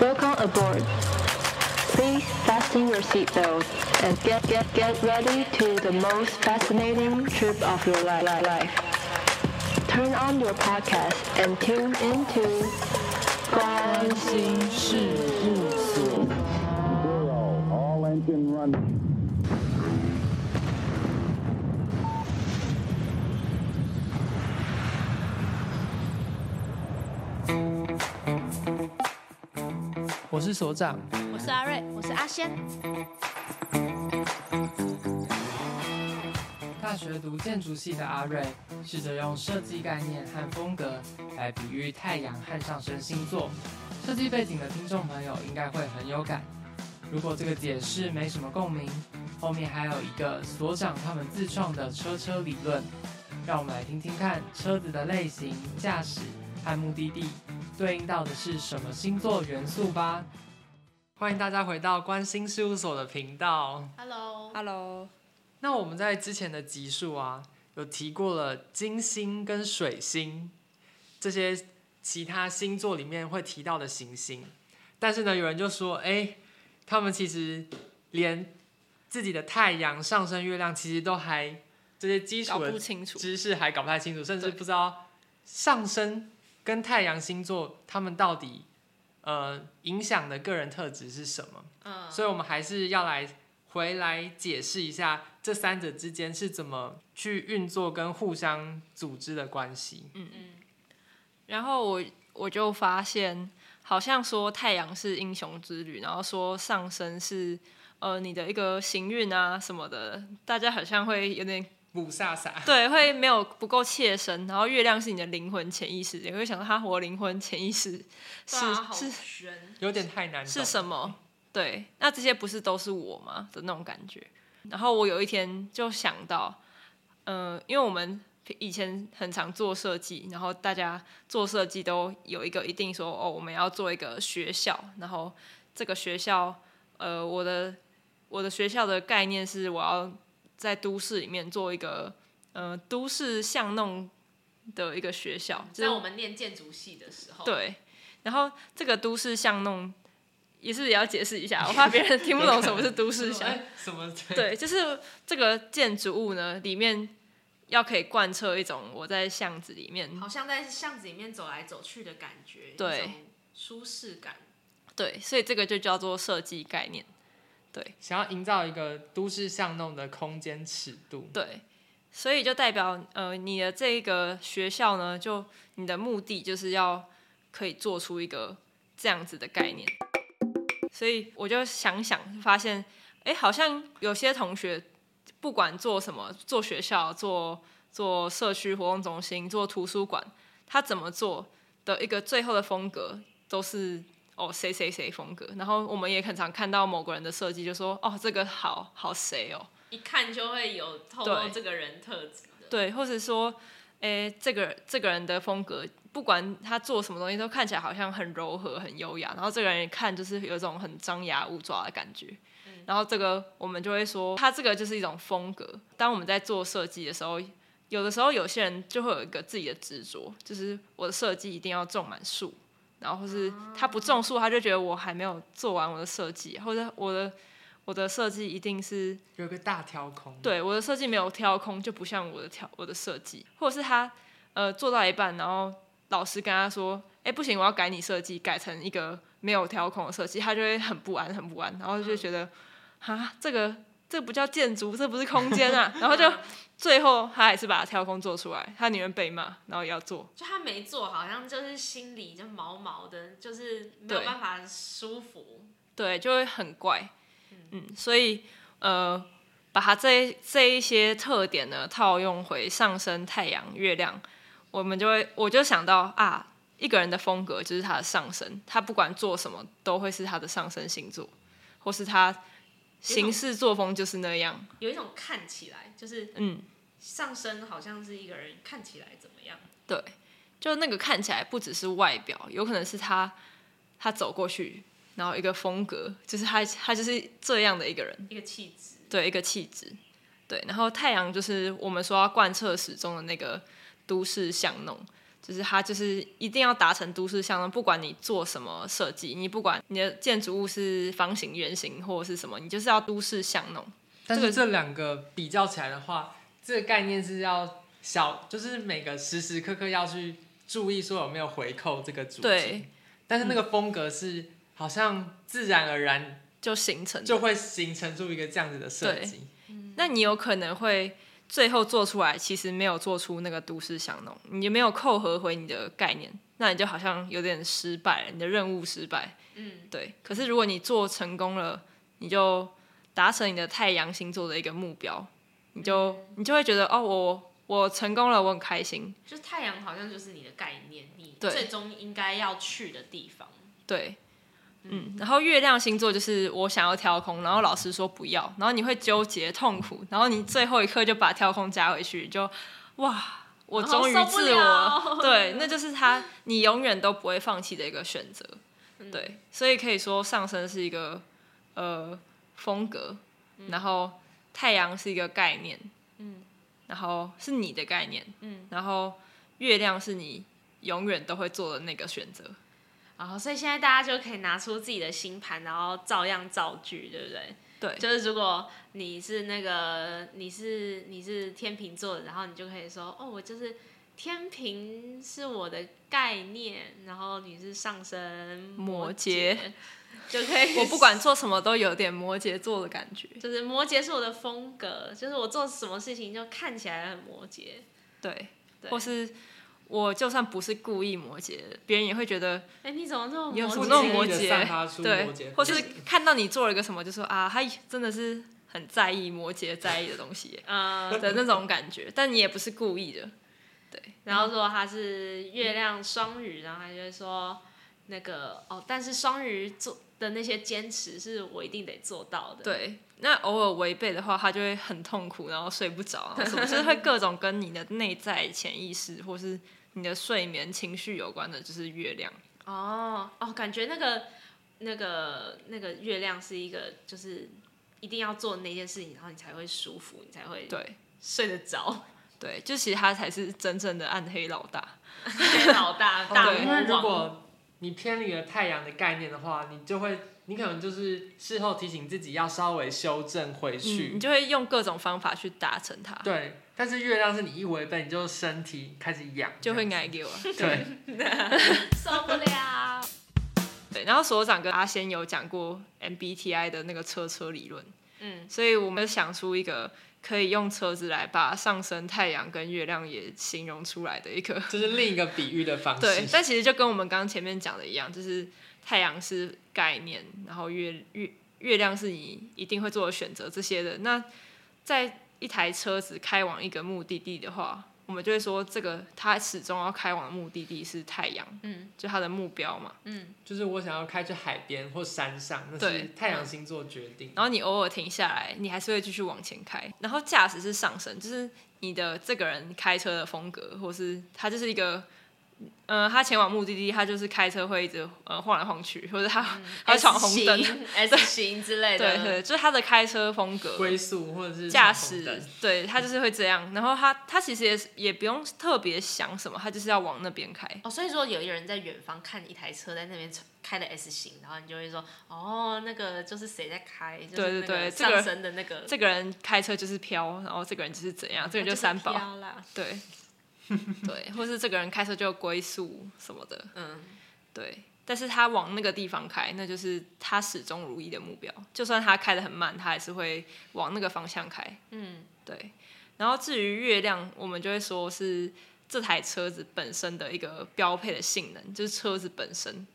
Welcome aboard. Please fasten your seatbelt and get get get ready to the most fascinating trip of your li- li- life. Turn on your podcast and tune into Gone Zero. All engine running. 我是所长，我是阿瑞，我是阿仙。大学读建筑系的阿瑞，试着用设计概念和风格来比喻太阳和上升星座。设计背景的听众朋友应该会很有感。如果这个解释没什么共鸣，后面还有一个所长他们自创的车车理论，让我们来听听看车子的类型、驾驶和目的地对应到的是什么星座元素吧。欢迎大家回到关心事务所的频道。 Hello， Hello，那我们在之前的集数啊，有提过了金星跟水星这些其他星座里面会提到的行星，但是呢，有人就说，哎，他们其实连自己的太阳、上升、月亮，其实都还这些基搞础不的清楚，知识还搞不太清楚，甚至对不知道上升跟太阳星座他们到底呃影响的个人特质是什么。嗯，所以我们还是要来回来解释一下这三者之间是怎么去运作跟互相组织的关系。然后我我就发现，好像说太阳是英雄之旅，然后说上升是呃你的一个行运啊什么的，大家好像会有点母萨萨，对，会没有不够切身。然后月亮是你的灵魂潜意识，也会想到他活灵魂潜意识是、啊是悬，有点太难懂。是什么？对，那这些不是都是我吗的那种感觉。然后我有一天就想到，嗯、因为我们以前很常做设计，然后大家做设计都有一个一定说，哦，我们要做一个学校，然后这个学校，呃，我的我的学校的概念是我要在都市里面做一个，呃，都市巷弄的一个学校，就是在我们念建筑系的时候，，对，然后这个都市巷弄也是也要解释一下，我怕别人 听不懂什么是都市巷。哎什么？对，对，就是这个建筑物呢，里面要可以贯彻一种我在巷子里面，好像在巷子里面走来走去的感觉，对，舒适感。对，所以这个就叫做设计概念。想要营造一个都市巷弄的空间尺度。对，所以就代表呃，你的这个学校呢，就你的目的就是要可以做出一个这样子的概念。所以我就想想，发现哎，诶好像有些同学不管做什么，做学校、做做社区活动中心、做图书馆，他怎么做的一个最后的风格都是。哦，谁谁谁风格，然后我们也很常看到某个人的设计，就说哦，这个好好谁哦，一看就会有透露对这个人特质的，对，或者说，诶、这个这个人的风格，不管他做什么东西，都看起来好像很柔和、很优雅，然后这个人一看就是有一种很张牙舞爪的感觉。然后这个我们就会说，他这个就是一种风格。当我们在做设计的时候，有的时候有些人就会有一个自己的执着，就是我的设计一定要种满树，然后或是他不种树，他就觉得我还没有做完我的设计，或者我的我的设计一定是有一个大挑空。，对，我的设计没有挑空，就不像我的挑我的设计，或者是他呃做到一半，然后老师跟他说，哎、不行，我要改你设计，改成一个没有挑空的设计，他就会很不安，很不安，然后就觉得啊、这个这不叫建筑，这不是空间啊， 然后就最后他还是把它挑空做出来，他宁愿被骂，然后也要做，就他没做，好像就是心里就毛毛的，就是没有对办法舒服。对，就会很怪，嗯，所以呃。把它这一这一些特点呢套用回上升太阳、月亮，我们就会我就想到啊，一个人的风格就是他的上升，他不管做什么都会是他的上升星座，或是他行事作风就是那样。有一种看起来就是嗯，上身，好像是一个人看起来怎么样，对，就那个看起来不只是外表，有可能是他他走过去，然后一个风格，就是他他就是这样的一个人。一个气质。对一个气质，对。然后太阳就是我们说要贯彻始终的那个都市巷弄，就是它就是一定要达成都市象征，不管你做什么设计，你不管你的建筑物是方形、圆形或者是什么，你就是要都市巷弄。但是这两个比较起来的话，这个概念是要小，就是每个时时刻刻要去注意说有没有回扣这个主题对。，但是那个风格是好像自然而然就形成的就会形成出一个这样子的设对计。那你有可能会最后做出来，其实没有做出那个都市香浓，你没有扣合回你的概念，那你就好像有点失败了，你的任务失败。嗯，对，可是如果你做成功了，你就达成你的太阳星座的一个目标，你就你就会觉得哦，我我成功了，我很开心。就太阳好像就是你的概念，你对最终应该要去的地方。对，嗯，然后月亮星座就是我想要挑空，然后老师说不要，然后你会纠结痛苦，然后你最后一刻就把挑空加回去，就哇，我然后终于哦受不自我了 对，那就是他，你永远都不会放弃的一个选择，嗯对，所以可以说上升是一个呃风格，然后太阳是一个概念，嗯，然后是你的概念，嗯，然后月亮是你永远都会做的那个选择，然后、所以现在大家就可以拿出自己的星盘，然后照样造句，对不对？对，就是如果你是那个你是你是天秤座的，然后你就可以说哦，我就是天秤是我的概念，然后你是上升摩 羯，就可以。我不，管做什么都有点摩羯座的感觉。 就是摩羯是我的风格，就是我做什么事情就看起来很摩羯。对，对或是我就算不是故意摩羯，别人也会觉得哎，你怎么这么你有摩什不么那羯？嗯那种么摩故意地散发羯，出对摩羯，或是看到你做了一个什么，就说啊，他真的是很在意摩羯在意的东西 耶呃，的那种感觉，但你也不是故意的。然后如果他嗯是嗯月亮双鱼，然后他就会说那个哦，但是双鱼做的那些坚持是我一定得做到的。，对，那偶尔违背的话，他就会很痛苦，然后睡不着，啊然后什么 就是会各种跟你的内在潜意识或是你的睡眠情绪有关的，就是月亮。哦哦，感觉那个那个那个月亮是一个就是。一定要做那件事情，然后你才会舒服，你才会对睡得 着。对，就其实他才是真正的暗黑老大。老大，大哦对，因为魔如王。果你偏离了太阳的概念的话，你就会，你可能就是事后提醒自己要稍微修正回去。嗯，你就会用各种方法去达成它，对，但是月亮是你一违背，你就身体开始痒，就会嗯挨给我。对， 受不了。对，然后所长跟阿仙有讲过 MBTI 的那个车车理论，嗯，所以我们想出一个可以用车子来把上升太阳跟月亮也形容出来的一个。这是另一个比喻的方式。对，但其实就跟我们刚刚前面讲的一样，就是太阳是概念，然后月月月亮是你一定会做的选择这些的。那在一台车子开往一个目的地的话，我们就会说这个它始终要开往的目的地是太阳，嗯，就它的目标嘛。就是我想要开去海边或山上，那是对太阳星座决定。然后你偶尔停下来，你还是会继续往前开。然后驾驶是上升，就是你的这个人开车的风格，或是他就是一个，呃，他前往目的地，他就是开车会一直呃晃来晃去，或者他、他会闯红 灯，嗯 S 型 S 型之类的。对对，就是他的开车风格。归宿或者是驾闯红驶灯，对他就是会这样，然后他他其实也是也不用特别想什么，他就是要往那边开，哦，所以说有一个人在远方看一台车在那边开了 S 型，然后你就会说，哦，那个就是谁在开，就是对对那个对这个上升的那个，这个人开车就是飘，然后这个人就是怎样，这个人就就三宝，飘啦， 对，对，或是这个人开车就龟速什么的，嗯，对。但是他往那个地方开，那就是他始终如一的目标。就算他开得很慢，他还是会往那个方向开。嗯，对。然后至于月亮，我们就会说是这台车子本身的一个标配的性能，就是车子本身。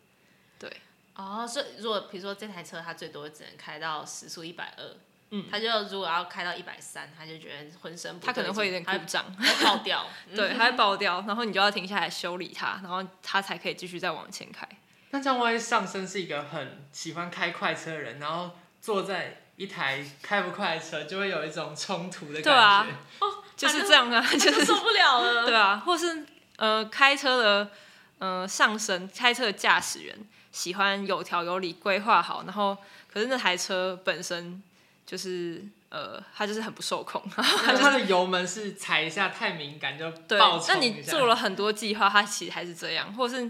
哦，所以如果比如说这台车它最多只能开到时速一百二，嗯它就如果要开到一百三，它就觉得浑身不对劲，它可能会有点故它障，会爆掉， 嗯对，它会爆掉，然后你就要停下来修理它，然后它才可以继续再往前开。那这样万一上升是一个很喜欢开快车的人，然后坐在一台开不快的车，就会有一种冲突的感觉。对啊哦，就是这样啊，就它就，它就是 受不了了，对啊，或是呃开车的呃上升，开车的驾驶员喜欢有条有理规划好，然后可是那台车本身就是呃，它就是很不受控。 那它的油门是踩一下太敏感就嗯对爆，冲那一你下做了很多计划，它其实还是这样，或是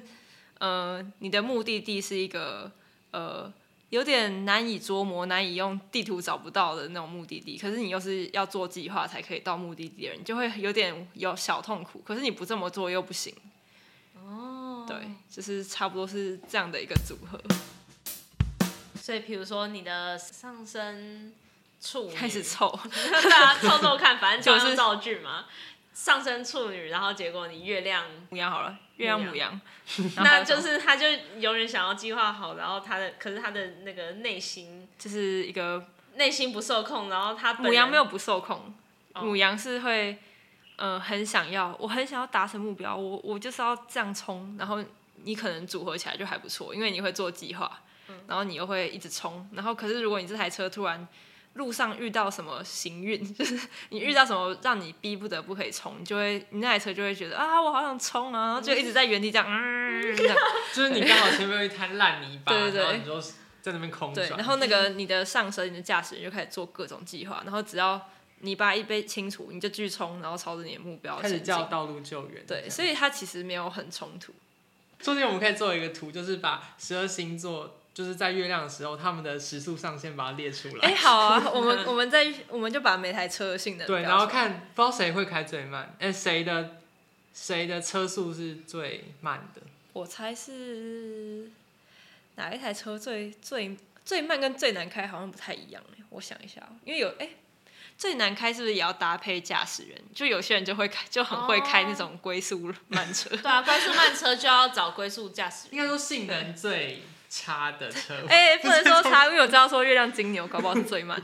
呃，你的目的地是一个呃有点难以捉摸、难以用地图找不到的那种目的地，可是你又是要做计划才可以到目的地的人，就会有点有小痛苦。可是你不这么做又不行，哦，对，就是差不多是这样的一个组合。所以比如说你的上身处女开始凑，大家凑凑看，反正就就是是造句嘛。上升处女，然后结果你月亮，母羊好了，月亮母母羊，然后还那有就什么是他就永远想要计划好，然后他的可是他的那个内心就是一个内心不受控，然后他本人母羊没有不受控，母羊是会，呃，很想要，我很想要达成目标，我我就是要这样冲，然后你可能组合起来就还不错，因为你会做计划，然后你又会一直冲，然后可是如果你这台车突然路上遇到什么行运， 就是你遇到什么让你逼不得不可以冲，你就会你那台车就会觉得啊，我好想冲啊，然后就一直在原地这样，嗯，这样 就是你刚好前面有一滩烂泥巴， 对对对然后你就在那边空对转，，然后那个你的上身、你的驾驶员就开始做各种计划，然后只要你把一杯清除，你就继续冲，然后朝着你的目标开始前进叫。道路救援。这对，样所以它其实没有很冲 突。中间我们可以做一个图，就是把十二星座就是在月亮的时候，他们的时速上限把它列出来。哎、好啊，我们我们在我们就把每台车的性能对，标然后出来看不知道谁会开最慢，哎、谁的谁的车速是最慢的？我猜是哪一台车最最最慢跟最难开好像不太一样哎，我想一下哦，因为有哎、最难开是不是也要搭配驾驶员？就有些人就会开，就很会开哦那种龟速 慢车。对啊，龟速慢车就要找龟速驾驶员。 应该说性能最差的车，哎、不能说差，因为我知道说月亮金牛搞不好是最慢，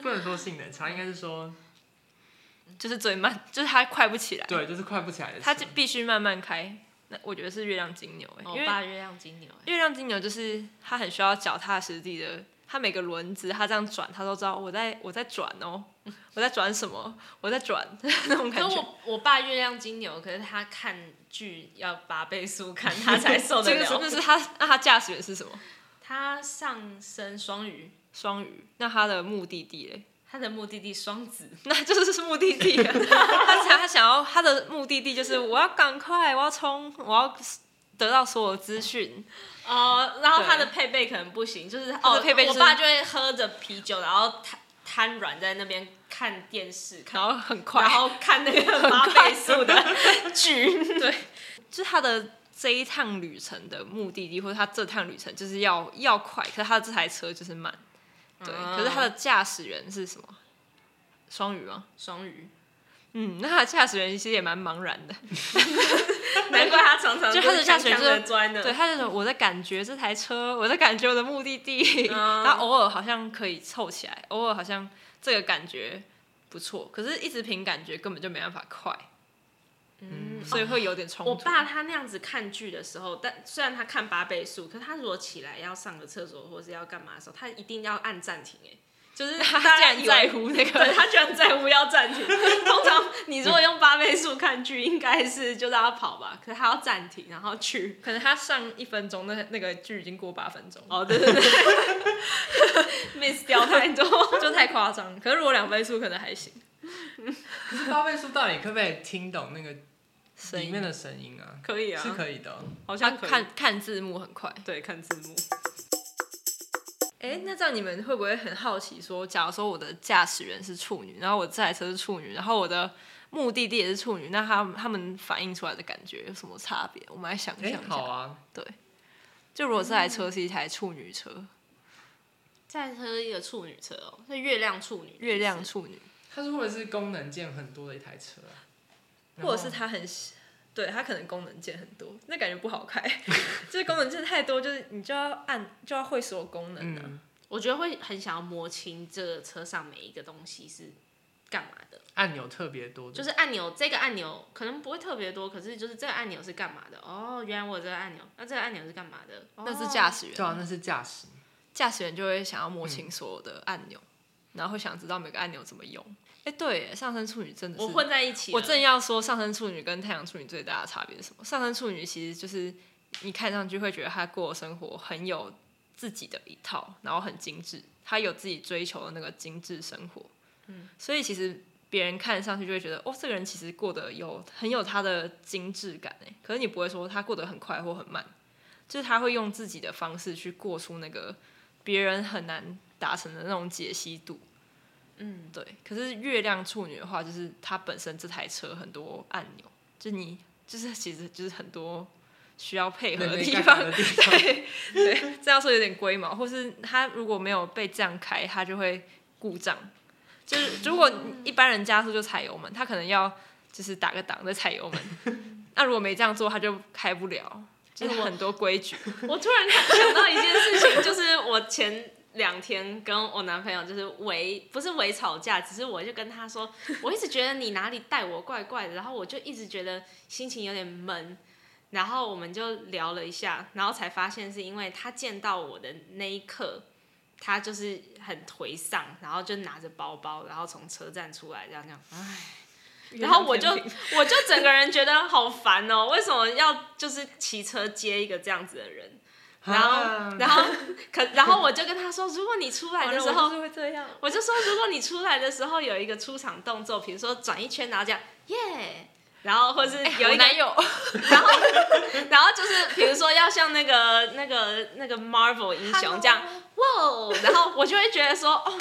不能说性能差，应该是说就是最慢，就是它快不起来，对，就是快不起来的车。它就必须慢慢开。那我觉得是月亮金牛、欸，哦因，为八月亮金牛，哎月亮金牛就是它很需要脚踏实地的，它每个轮子它这样转，它都知道我在我在转哦，我在转什么，我在转 那种可感觉。我我爸月亮金牛，可是他看剧要八倍速看，他才受 得这个是不了。是它？那它驾驶员是什么？他上升双鱼，双鱼。那它的目的地嘞？他的目的地双子， 那就是是目的地啊。 他想他想要他的目的地就是我要赶快，我要冲，我要得到所有资讯。哦，然后对他的配备可能不行，就是的哦，配备就是我爸就会喝着啤酒，然后瘫瘫软在那边看电视，看然后很快，然后看那个八倍速的剧，对，就是他的这一趟旅程的目的地，或者他这趟旅程就是要要快，可是他的这台车就是慢，对，啊可是他的驾驶员是什么？双鱼吗？双鱼，嗯，那他的驾驶员其实也蛮茫然的，难怪他常常就他的驾驶员就就是是坐在 那，对，他就是我在感觉这台车，我在感觉我的目 的地，嗯他偶尔好像可以凑起来，偶尔好像这个感觉不错，可是一直凭感觉根本就没办法快，嗯，所以会有点冲突。我爸他那样子看剧的时候，但虽然他看八倍速，可是他如果起来要上个厕所或是要干嘛的时候，他一定要按暂停、哎，就是他大竟家然以为在乎那对个，他居然在乎要暂 停。通常你如果用八倍速看剧，应该是就让他跑吧，可是他要暂停，然后去。可能他上一分钟，那那个剧已经过八分钟，哦，对对对 ，miss 掉太多。就太夸张。可是如果两倍速可能还行，八倍速到底可不可以听懂那个声里音面的声音啊？可以啊，是可以的哦、好他像可以看看字幕很快。对看字幕。哎、那这样你们会不会很好奇说假如说我的驾驶员是处女，然后我这台车是处女，然后我的目的地也是处女，那他们他们反映出来的感觉有什么差别？我们来想哎、想一下。好啊，对，就如果这台车是一台处女车，赛车一个处女车哦，是月亮处女，月亮处女，它是会不会是功能键很多的一台车啊？或者是它很喜，对它可能功能键很多，那感觉不好开， 就是功能键太多，就是你就要按就要会所有功能啊。嗯，我觉得会很想要摸清这个车上每一个东西是干嘛的，按钮特别多的，就是按钮这个按钮可能不会特别多，可是就是这个按钮是干嘛的？哦，原来我有这个按钮，那这个按钮是干嘛的？哦那是驾驶员，对啊，那嗯是驾驶。驾驶员就会想要摸清所有的按钮，然后会想知道每个按钮怎么用。哎、对耶，上升处女真的是我混在一起了，我正要说上升处女跟太阳处女最大的差别是什么？上升处女其实就是你看上去会觉得她过的生活很有自己的一套，然后很精致，他有自己追求的那个精致生活。嗯，所以其实别人看上去就会觉得，哦，这个人其实过得有很有他的精致感哎，可是你不会说他过得很快或很慢，就是他会用自己的方式去过出那个别人很难达成的那种解析度。嗯，对，可是月亮处女的话，就是它本身这台车很多按钮，就你就是其实就是很多需要配合的地方，的地方，对 对，这样说有点龟毛，或是它如果没有被这样开，它就会故障。就是如果一般人加速就踩油门，它可能要就是打个档再踩油门，那如果没这样做，它就开不了。就是很多规矩，我突然想到一件事情，就是我前两天跟我男朋友就是围，不是围吵架，只是我就跟他说，我一直觉得你哪里带我怪怪的，然后我就一直觉得心情有点闷，然后我们就聊了一下，然后才发现是因为他见到我的那一刻。他就是很颓丧，然后就拿着包包，然后从车站出来，这样这样，然后我就我就整个人觉得好烦哦，为什么要就是骑车接一个这样子的人？ 然啊后，然后，可，然后我就跟他说，如果你出哎来的时候，是会这样，我就说，如果你出来的时候有一个出场动作，比如说转一圈，然后这样耶，然后或是有有一个男友，然后，然后就是比如说要像那个那个那个 Marvel 英雄这样，哇！哦然后我就会觉得说，哦，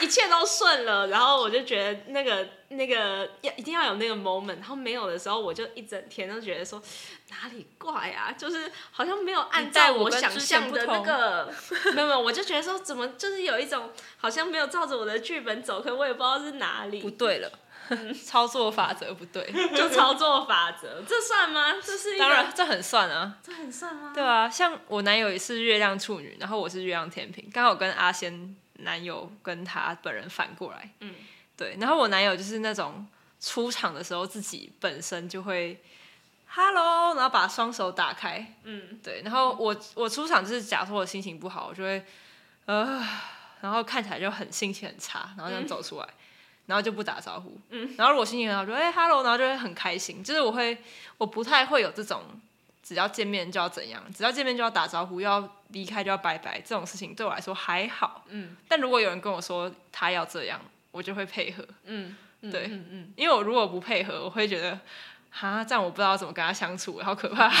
一切都顺了。然后我就觉得那个那个要一定要有那个 moment。然后没有的时候，我就一整天都觉得说哪里怪啊，就是好像没有按照你在我跟想象的那之前个，没有没有，我就觉得说怎么就是有一种好像没有照着我的剧本走，可我也不知道是哪里不对了， 操作法则不 对，就操作法则，这算吗？这是一个当然这很算啊，这很算吗？对啊，像我男友也是月亮处女，然后我是月亮天平，刚好跟阿仙男友跟他本人反过来。嗯，对。然后我男友就是那种出场的时候自己本身就会 “hello”，然后把双手打开。嗯。对，然后我我出场就是假说我心情不好，我就会呃，然后看起来就很心情很差，然后这样走出来。然后就不打招呼，嗯，然后如果心情很好，就哎、hello，然后就会很开心。就是我会，我不太会有这种只要见面就要怎样，只要见面就要打招呼，要离开就要拜拜，这种事情对我来说还好。嗯，但如果有人跟我说他要这样，我就会配合，嗯，嗯对嗯嗯，因为我如果不配合，我会觉得哈，这样我不知道怎么跟他相处，好可怕。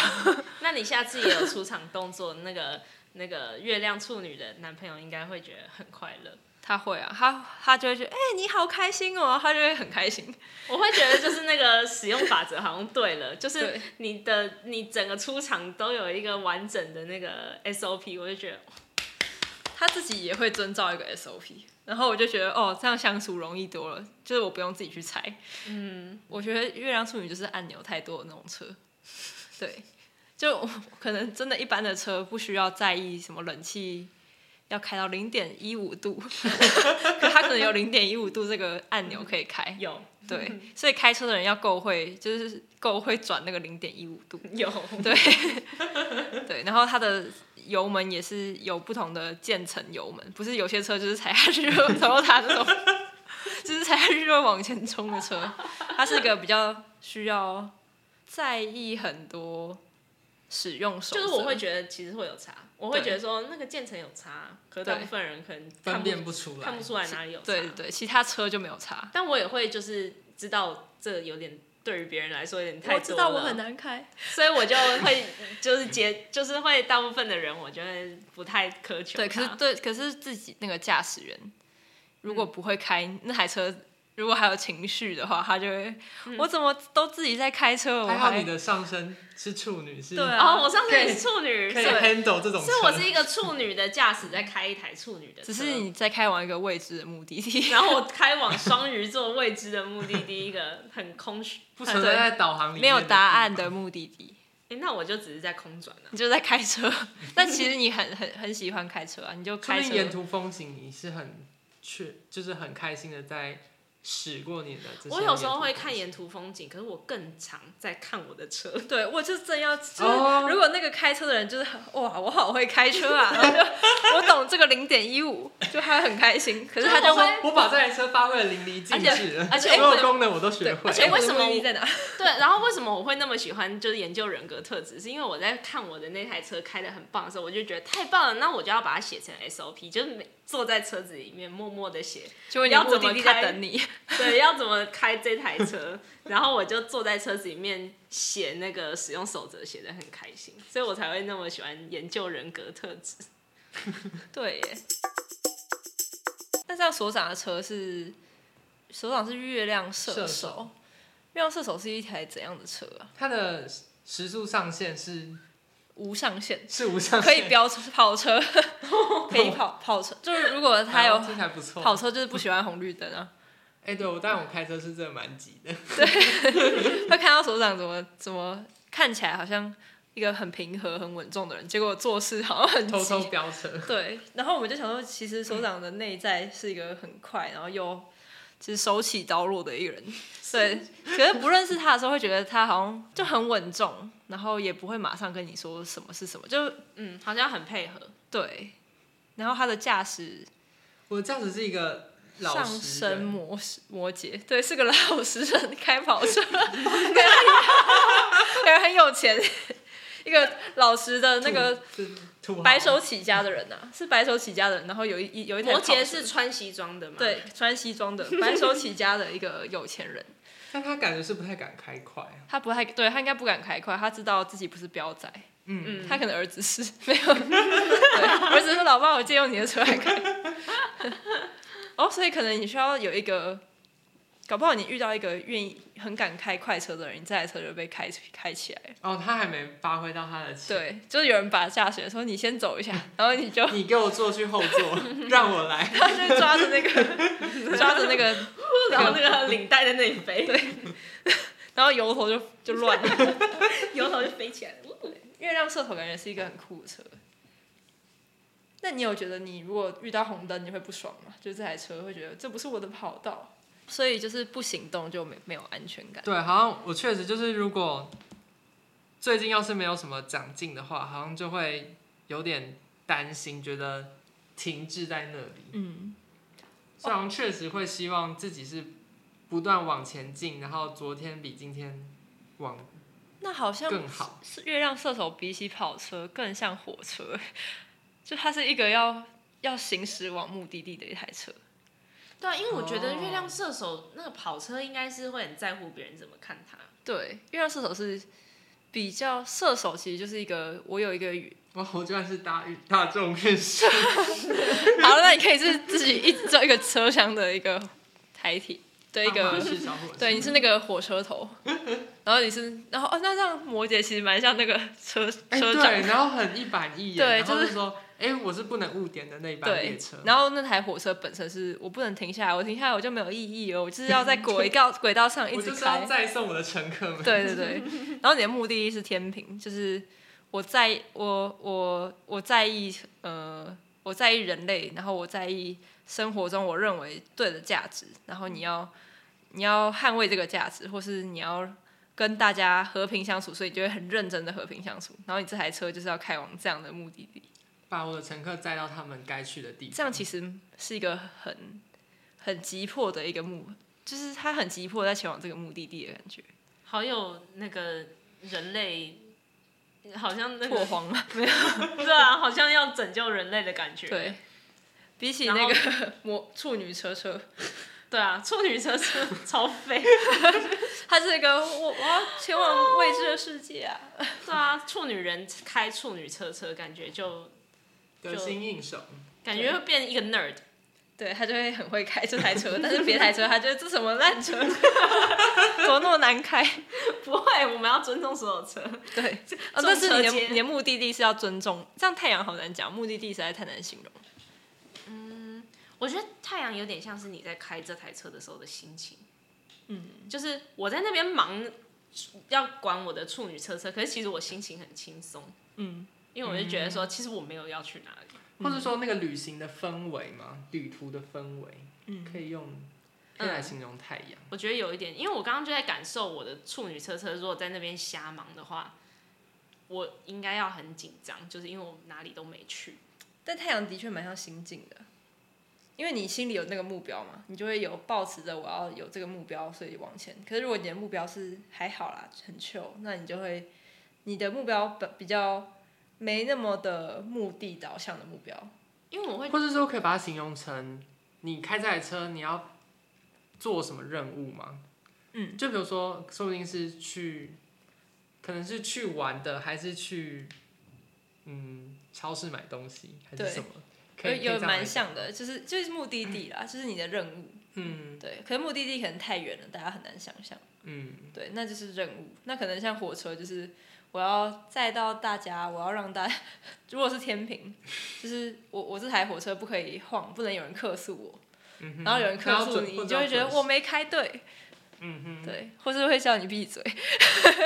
那你下次也有出场动作，那个 那个月亮处女的男朋友应该会觉得很快乐。他会啊，他他就会觉得哎、你好开心哦，他就会很开心。我会觉得就是那个使用法则好像对了，就是对你的你整个出场都有一个完整的那个 SOP，我就觉得他自己也会遵照一个 SOP，然后我就觉得哦，这样相处容易多了，就是我不用自己去猜。嗯，我觉得月亮处女就是按钮太多的那种车，对，就我可能真的一般的车不需要在意什么冷气要开到零点一五度， 可它可能有零点一五度这个按钮可以开，嗯有对，所以开车的人要够会，就是够会转那个零点一五度，有对， 对，然后它的油门也是有不同的渐层油门，不是有些车就是踩下去就，然后它那种 就是踩下去就会往前冲的车，它是一个比较需要在意很多使用手就册，是我会觉得其实会有差，我会对觉得说那个建成有差，可是大部对分人可能看分不辨不出来，看不出来哪里有差。对对对，其他车就没有差。但我也会就是知道这有点对于别人来说有点太多了。难开，所以我就会就是接，就是会大部分的人，我觉得不太苛求他。对，可是对，可是自己那个驾驶员如嗯果不会开、那台车。如果还有情绪的话，他就会，我怎么都自己在开车，我嗯还好还你的上身是处女，是对啊哦，我上次也是处女，可所以以 handle 这种车，所以我是一个处女的驾驶，在开一台处女的车，只是你在开往一个未知的目的地。然后我开往双鱼座未知的目的地，一个很空虚，不很存在在导航里面没有的答案地的方。目的地，诶那我就只是在空转啊了、你就在开车。 但其实你很很很喜欢开车啊，你就说开明沿车。途风景你是很确，就是很开心的在驶过你的这些我有时沿候途会故看事沿途风景，可是我更常在看我的 车。对，我就真要，就是、哦如果那个开车的人就是很哇，我好会开车啊，然后就我懂这个零点一五，就他会很开心。可是他就 就我会我会，把这台车发挥的淋漓尽而且 致，而且所我有的功能我都学会而。且为什么哎我的威力我在哪？对，然后为什么我会那么喜欢就是研究人格特质，是因为我在看我的那台车开的很棒的时候，我就觉得太棒了，那我就要把它写成 SOP，就是每坐在车子里面默默的 写，就你要目怎的么地在开等你， 对，要怎么开这台车，然后我就坐在车子里面写那个使用守则，写的很开心，所以我才会那么喜欢研究人格特质。对耶。那这样所长的车是，所长是月亮射射手手，月亮射手是一台怎样的车啊？它的时速上限是无上限，是无上限，可以飙跑车，可以跑跑车，就是如果他有哦这还不错。跑车，就是不喜欢红绿灯啊。哎，对我，但我开车是真的蛮急 的。他看到首长怎么怎么看起来好像一个很平和、很稳重的人，结果做事好像很急偷偷飙车，对，然后我们就想说，其实首长的内在是一个很快，然后又就是手起刀落的一个人。对，可是不认识他的时候，会觉得他好像就很稳重，然后也不会马上跟你说什么是什么，就嗯，好像很配合。对。然后他的驾驶我这样子是一个老上实升人，摩摩羯，对，是个老实人，开跑车，感觉很有钱，一个老实的那个是土豪白手起家的人呐、啊，是白手起家的人，然后有一有一台摩羯跑车是穿西装的嘛？，对穿西装的白手起家的一个有钱人，但他感觉是不太敢开快啊。他不太对他应该不敢开快，他知道自己不是彪仔，嗯，他可能儿子是没有， 对儿子说老爸我借用你的车来开， 哦，所以可能你需要有一个，搞不好你遇到一个愿意很敢开快车的人，你这台车就被开开起来了。哦，他还没发挥到他的潜。对，就是有人把下雪说你先走 一下，然后你就你给我坐去后 座，让我来。他就抓着 那个抓着那个， 然后那 个领带在那里飞，对，然后油头就就乱了。 油头就飞起来了。呜月亮射手感觉是一个很酷的车。那你有觉得你如果遇到红灯你会不爽吗？就是这台车会觉得这不是我的跑道，所以就是不行动就没没有安全感。对，好像我确实就是，如果最近要是没有什么长进的话，好像就会有点担心，觉得停滞在那里。嗯，所以好像确实会希望自己是不断往前进，然后昨天比今天往那好像更好。是月亮射手比起跑车更像火车，就它是一个要要行驶往目的地的一台车。对啊，因为我觉得哦月亮射手那个跑车应该是会很在乎别人怎么看他。对，月亮射手是比较射手，其实就是一个我有一个哇，我居然是大运大众运输，好了，那你可以是自己一做一个车厢的一个台体的一大马个，士小伙子对，你是那个火 车头，然后你是，然后哦，那这样摩羯其实蛮像那个车哎车长，对，然后很一板一眼，对然后就是说，哎，我是不能误点的那一班列对车，，然后那台火车本身是我不能停下来，我停下来我就没有意义了，我就是要 在轨道轨道上一我直就是要开，再送我的乘客们。 对对对，然后你的目的地是天平，就是我在我我我在意呃我在意人类，然后我在意生活中我认为对的价值，然后你要你要捍卫这个价值，或是你要跟大家和平相处，所以你就会很认真的和平相处，然后你这台车就是要开往这样的目的地，把我的乘客载到他们该去的地方。这样其实是一个很很急迫的一个目，就是他很急迫在前往这个目的地的感觉，好有那个人类，好像那拓个荒了。 对啊，好像要拯救人类的感觉。对，比起然那后个 魔处女车车，对啊，处女车是超飞。它是一个我我要前往未知的世界啊。对啊，处女人开处女车车，感觉就得心应手，感觉会变一个 nerd。对他就会很会开这台车，但是别台车他觉得这什么烂车， 怎么那么难开？ 不会，我们要尊重所有车。对，重哦，但是你车的间你的目的地是要尊重，这样太阳好难讲，目的地实在太难形容。我觉得太阳有点像是你在开这台车的时候的心情。嗯，就是我在那边忙，要管我的处女车车，可是其实我心情很轻松，嗯，因为我就觉得说，其实我没有要去哪里。嗯或者说那个旅行的氛围嘛，旅途的氛围，可以用可以来嗯形容太阳。我觉得有一点，因为我刚刚就在感受我的处女车车，如果在那边瞎忙的话，我应该要很紧张，就是因为我哪里都没去。但太阳的确蛮像心境的，因为你心里有那个目标嘛，你就会有抱持着我要有这个目标，所以往前。可是如果你的目标是还好啦，很 chill，那你就会你的目标本比较没那么的目的导向的目标，因为我嗯会或者说可以把它形容成你开这台车你要做什么任务吗？嗯，就比如说，说不定是去，可能是去玩的，还是去嗯超市买东西，还是对什么？可有以可以这有样来蛮讲像的，就是就是目的地啦，就是你的任务。嗯对，可是目的地可能太远了，大家很难想象。嗯，对，那就是任务。那可能像火车，就是我要载到大家，我要让大家， 如果是天平，就是我我这台火车不可以晃，不能有人客诉我。嗯哼然后有人那客要诉准你，或你者就要会觉得准时我没开对，嗯哼，对，或是会叫你闭嘴，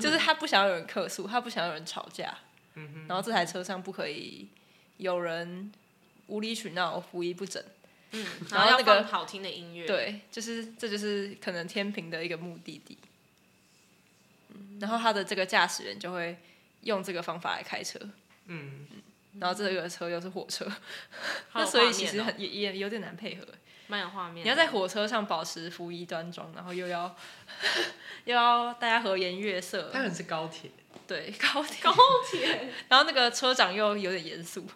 就是他不想要有人客诉，他不想要有人吵架，嗯哼，然后这台车上不可以有人无理取闹、服仪不整。嗯，然然后后那要放个好听的音乐，，对，就是这就是可能天平的一个目的地。嗯，然后他的这个驾驶员就会用这个方法来开车，嗯，然后这个车又是火车，好那有所以画其面实哦嗯很也也有点难配合。蛮有画面的。你要在火车上保持服仪端庄，然后又要 又要大家和颜悦色，它可能是高 铁，对高铁，哎 高铁，然后那个车长又有点严肃，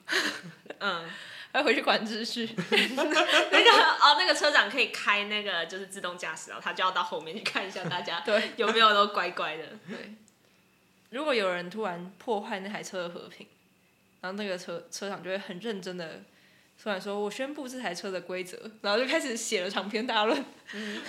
嗯，还回去管秩序。那个哦，那个车长可以开那个就是自动驾驶，然后他就要到后面去看一下大家对有没有都乖乖的。对，如果有人突然破坏那台车的和平，然后那个车车长就会很认真的突然说：“我宣布这台车的规则。”然后就开始写了长篇大论，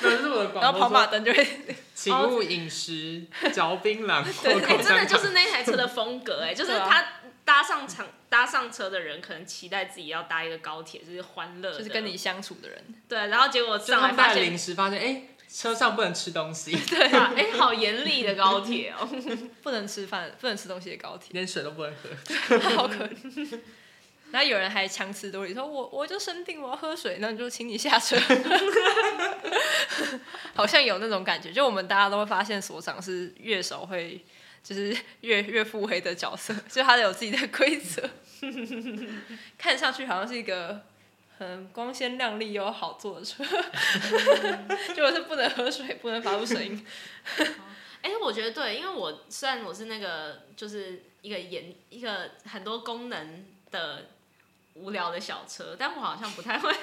那是我的然广后播跑马说，灯就会哦请勿饮食嚼槟 榔或哎、口真的香就糖。是那台车的风格、哎，就是对啊他搭上场搭上车的人，可能期待自己要搭一个高铁，就是欢乐的，就是跟你相处的人，对，然后结果就上他来们发带现零，食，发现哎、车上不能吃东西，对啊，哎、好严厉的高铁哦、 不能吃饭、不能吃东西的高铁，连水都不能喝。好可怜。然后有人还强词夺理，说我我就生病，我要喝水，那就请你下车。 好像有那种感觉，就我们大家都会发现，所长是乐手会，就是越越腹黑的角色，就他有自己的规则。看上去好像是一个很光鲜亮丽又好坐的车， 就是不能喝水，不能发出声音。哎、我觉得对，因为我虽然我是那个就是一个演一个很多功能的无聊的小车，但我好像不太 会，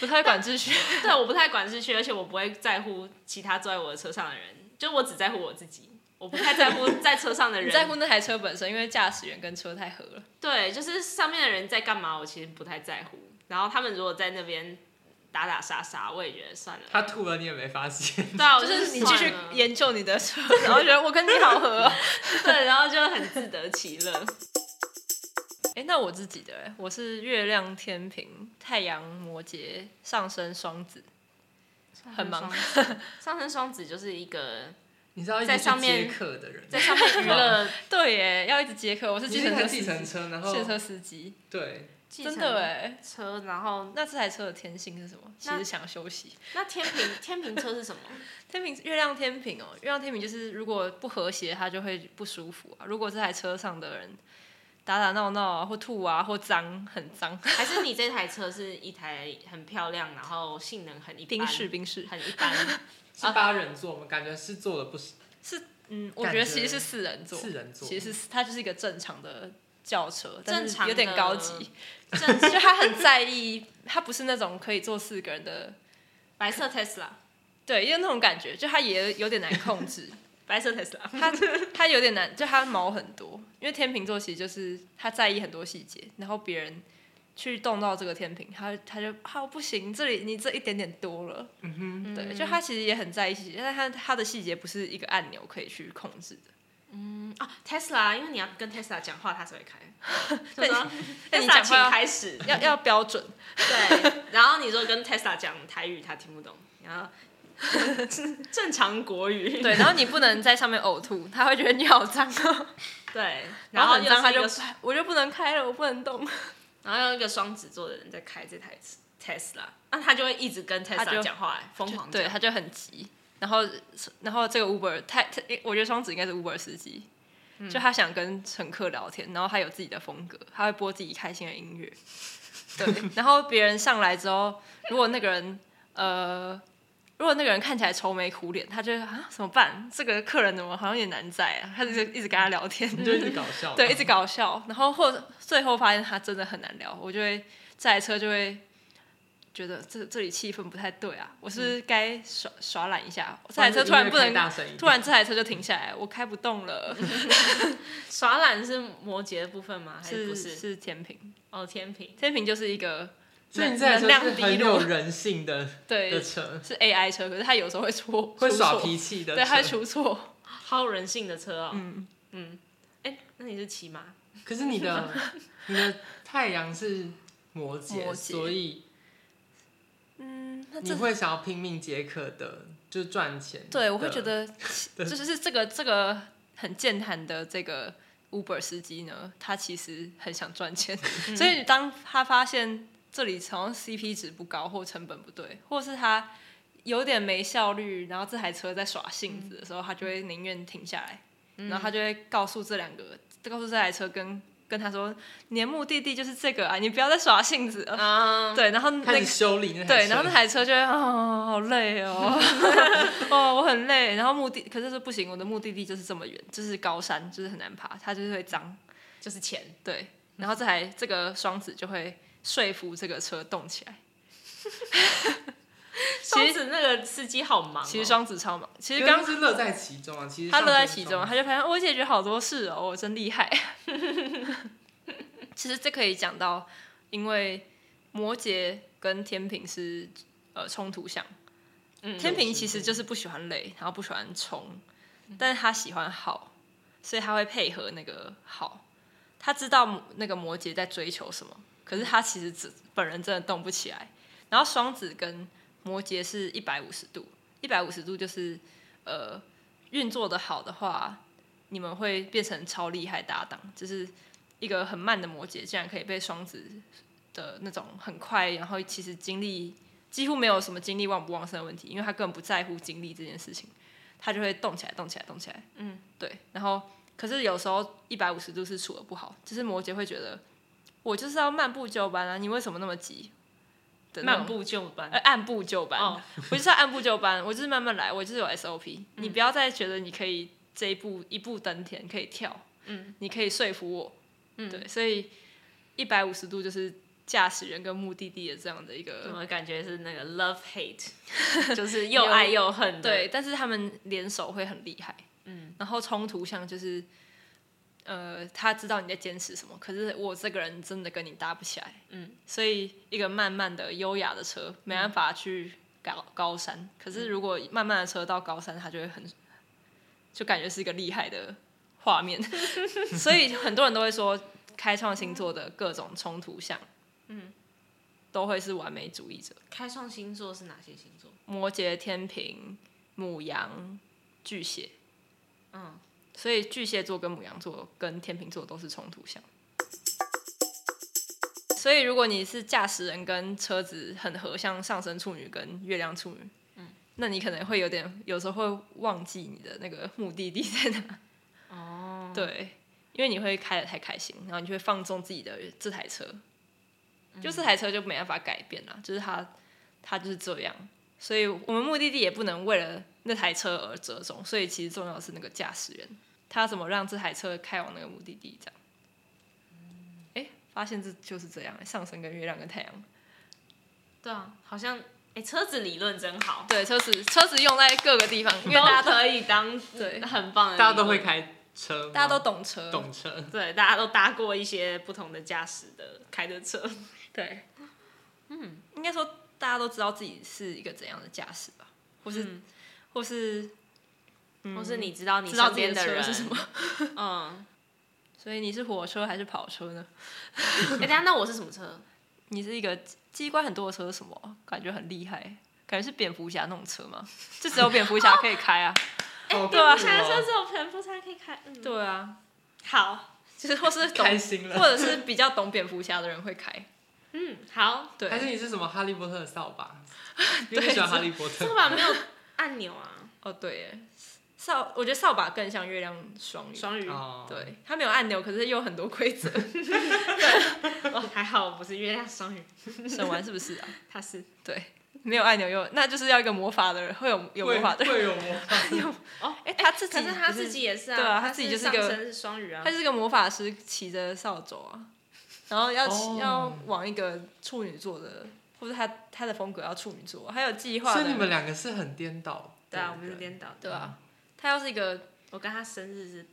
不太管秩序，对，我不太管秩序，而且我不会在乎其他坐在我的车上的人，就我只在乎我自己，我不太在乎在车上的 你人，在乎那台车本身，因为驾驶员跟车太合了。对，就是上面的人在干嘛，我其实不太在乎。然后他们如果在那边打打杀杀，我也觉得算了。他吐了你也没发现， 对啊，我哦就是你算继续了研究你的车， 然后觉得我跟你好合、 哦。对，然后就很自得其乐。哎，那我自己的欸，我是月亮天平，太阳摩羯，上升双子，很忙上升 双子。上升双子就是一个你知道一直在去上面接客的人，在上 面娱乐对耶，要一直接客。我是你计是程台车计司程机，车，然后计程车司机，对，计真程的哎。车，然后那这台车的天性是什么？其那实想休息。那天平天平车是什么？天平月亮天平哦，月亮天平就是如果不和谐，它就会不舒服啊。如果这台车上的人打打闹闹啊，或吐啊，或脏，很脏，还是你这台车是一台很漂亮，然后性能很一般， 冰室冰室。很一般，是啊八人座，我们感觉是坐了不少嗯，我感觉得觉其实是四人座，四人座其实是它就是一个正常的轿车，但正是常有点的高级，正 就他很在意，他不是那种可以坐四个人的，白色 Tesla，对，因为那种感觉，就他也有点难控制，白色 Tesla。他他有点难，就他毛很多，因为天秤座其实就是他在意很多细节，然后别人去动到这个天平，他他就啊不行，这里你这一点点多了，嗯对，就他其实也很在意细节，但他他的细节不是一个按钮可以去控制的。啊，Tesla，因为你要跟 Tesla 讲话，它才会开。就对说 那哎你 Tesla 讲话请要开始。要要标准，对，然后你说跟 Tesla 讲台语，他听不懂，然后 正常国语。对，然后你不能在上面呕吐，他会觉得你好脏哦， 对，然后后很脏他就又是一个我就不能开了，我不能动。然后又一个双子座的人在开这台 Tesla，那他就会一直跟他就 Tesla 讲话、哎疯狂对，讲。他就很急。然后，然后这个 Uber 太，太我觉得双子应该是 Uber 司机，就他想跟乘客聊天，然后他有自己的风格，他会播自己开心的音乐。 对，然后别人上来之后，如果那个人呃，如果那个人看起来愁眉苦脸，他就会啊怎么办？这个客人怎么好像有点难在啊？他就一直跟他聊天， 你就一直搞笑，嗯对，一直搞笑，然后或者最后发现他真的很难聊，我就会这台车就会觉得这这里气氛不太对啊，我是该耍耍懒一下，我这台车突然不音乐开大能，声一点突然这台车就停下来，我开不动了，耍懒是摩羯的部分吗？还是不是是？是天平，哦，天平。天平就是一个所以能你这台能车量是低很有落，人性的的 对，车，是 AI 车，可是它有时候会出会出耍错脾气的车，对，它会出错，好有人性的车哦。嗯，嗯，哎、那你是骑马？可是你的你的太阳是摩羯，摩羯所以嗯，那你这会想要拼命解渴的，就赚钱。对，我会觉，得就是是这个这个很健谈的这个 Uber 司机呢，他其实很想赚钱，所以当他发现这里好像 CP 值不高，或成本不对，或是他有点没效率，然后这台车在耍性子的时候，他就会宁愿停下来，然后他就会告诉这两个，告诉这台车跟。跟他说，你的目的地就是这个啊，你不要再耍性子了。啊、对，然后那开个始修理那台车对，然后那台车就会哦，好 累哦，哦，我很累。然后目的，可是说不行，我的目的地就是这么远，就是高山，就是很难爬，它就是会脏。就是钱。对，然后这台这个双子就会说服这个车动起来。其实那个司机好忙、哦，其实双子超忙，其实刚刚刚是乐在其中啊，其实他乐在上其升中，双他就发现我解决好多事哦，我真厉害。 其实这可以讲到，因为摩羯跟天平是呃冲突相，嗯天平其实就是不喜欢累，然后不喜欢冲，但是他喜欢好，所以他会配合那个好。他知道摩那个摩羯在追求什么，可是他其实只本人真的动不起来。然后双子跟摩羯是一百五十度，一百五十度就是呃运作的好的话，你们会变成超厉害搭档，就是一个很慢的摩羯，竟然可以被双子的那种很快，然后其实精力几乎没有什么精力旺不旺盛的问题，因为他根本不在乎精力这件事情，他就会动起来，动起来，动起来。嗯，对。然后，可是有时候一百五十度是处的不好，就是摩羯会觉得我就是要漫步就班啊，你为什么那么急？的那种漫步就班。呃，按部就班。哦 我就是要按部就班，我就是慢慢来，我就是有 SOP、你嗯不要再觉得你可以这一步一步登天，可以跳，嗯，你可以说服我，嗯，对，所以一百五十度就是驾驶员跟目的地的这样的一怎个。么感觉是那个 love hate，就是 又爱又恨的。对，，但是他们联手会很厉害，嗯，然后冲突像就是，呃，他知道你在坚持什么，可是我这个人真的跟你搭不起来，嗯，所以一个慢慢的优雅的车没办法去高高山，可是如果慢慢的车到高山，它就会很，就感觉是一个厉害的画面， 所以很多人都会说，开创星座的各种冲突项，嗯，都会是完美主义者。开创星座是哪些星座？摩羯、天平、母羊、巨蟹，嗯，所以巨蟹座跟母羊座跟天平座都是冲突项。所以如果你是驾驶人跟车子很合，像上升处女跟月亮处女，嗯，那你可能会有点有时候会忘记你的那个目的地在哪。哦，对，因为你会开的太开心，然后你就会放纵自己的这台车，就这台车就没办法改变了，就是它它就是这样，所以我们目的地也不能为了那台车而折中，所以其实重要的是那个驾驶员，他怎么让这台车开往那个目的地，这样。诶，发现这就是这样，上升跟月亮跟太阳，对啊，好像哎、车子理论真好，对，车子车子用在各个地方，因为大家都可以当对很棒的理论，大家都会开车，大家都懂车，懂车，对，大家都搭过一些不同的驾驶的开的车，对，嗯，应该说大家都知道自己是一个怎样的驾驶吧，或是、嗯或是嗯或是嗯你知道你知道身自己边的车人是什么。 嗯，所以你是火车还是跑车呢？哎、等一下那我是什么车？你是一个机关很多的车是什么？感觉很厉害，感觉是蝙蝠侠那种车吗？就只有蝙蝠侠可以开啊。哦对啊我想车只有蝙蝠才可以开，嗯，对啊，好，就是或是懂开，心了，或者是比较懂蝙蝠侠的人会开。嗯，好，对还，是你是什么哈利波特的扫把？ 因为你喜欢哈利波这特个，吧没有按钮 啊，哦对耶，扫我觉得扫把更像月亮双鱼，双鱼，哦，对，它没有按钮，可是又有很多规则，哦还好我不是月亮双鱼，神玩是不是啊？他是对，没有按钮又那就是要一个魔法的人，会有有会魔法的人， 会有魔法，哦，哎他自己可是他不是自己也是啊，对啊他他自己就是上一个升是双鱼啊他，是个魔法师，骑着扫帚啊，然后要骑、哦要往一个处女座的，或者他他的风格要处女座，还有计 划所的以你们人，两个是很颠倒。对啊，我们是颠倒对的，啊，他要是一个，我跟他生日是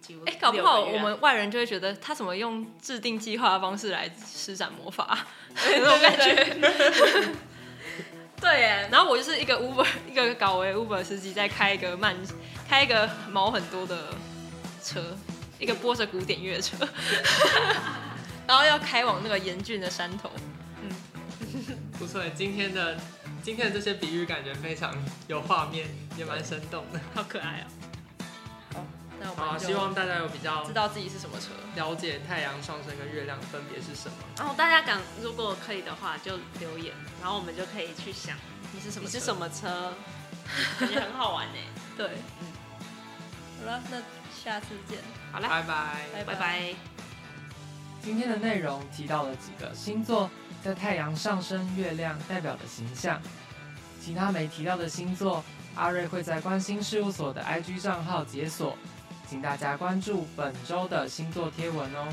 几乎哎、搞不好六个月我啊们外人就会觉得他怎么用制定计划的方式来施展 魔法，那种感觉。 对耶，然后我就是一个 Uber 一个搞为 Uber 司机，在开一个慢开一个毛很多的车，一个播着古典乐的车， 然后要开往那个严峻的山头。不错，今天的今天的这些比喻感觉非常有画面，也蛮生动 的。好可爱哦，那我们好，就啊希望大家有比较知道自己是什么车。了解太阳上升跟月亮分别是什么。然后大家敢如果可以的话就留言，然后我们就可以去想你是什你么？是什？么车， 感觉很好玩欸呢，对，嗯。好了，那下次见。好啦，拜拜。拜拜拜。今天的内容提到了几个星座在太阳上升、月亮代表的形象，其他没提到的星座，阿瑞会在关心事务所的 IG 账号解锁，请大家关注本周的星座贴文哦。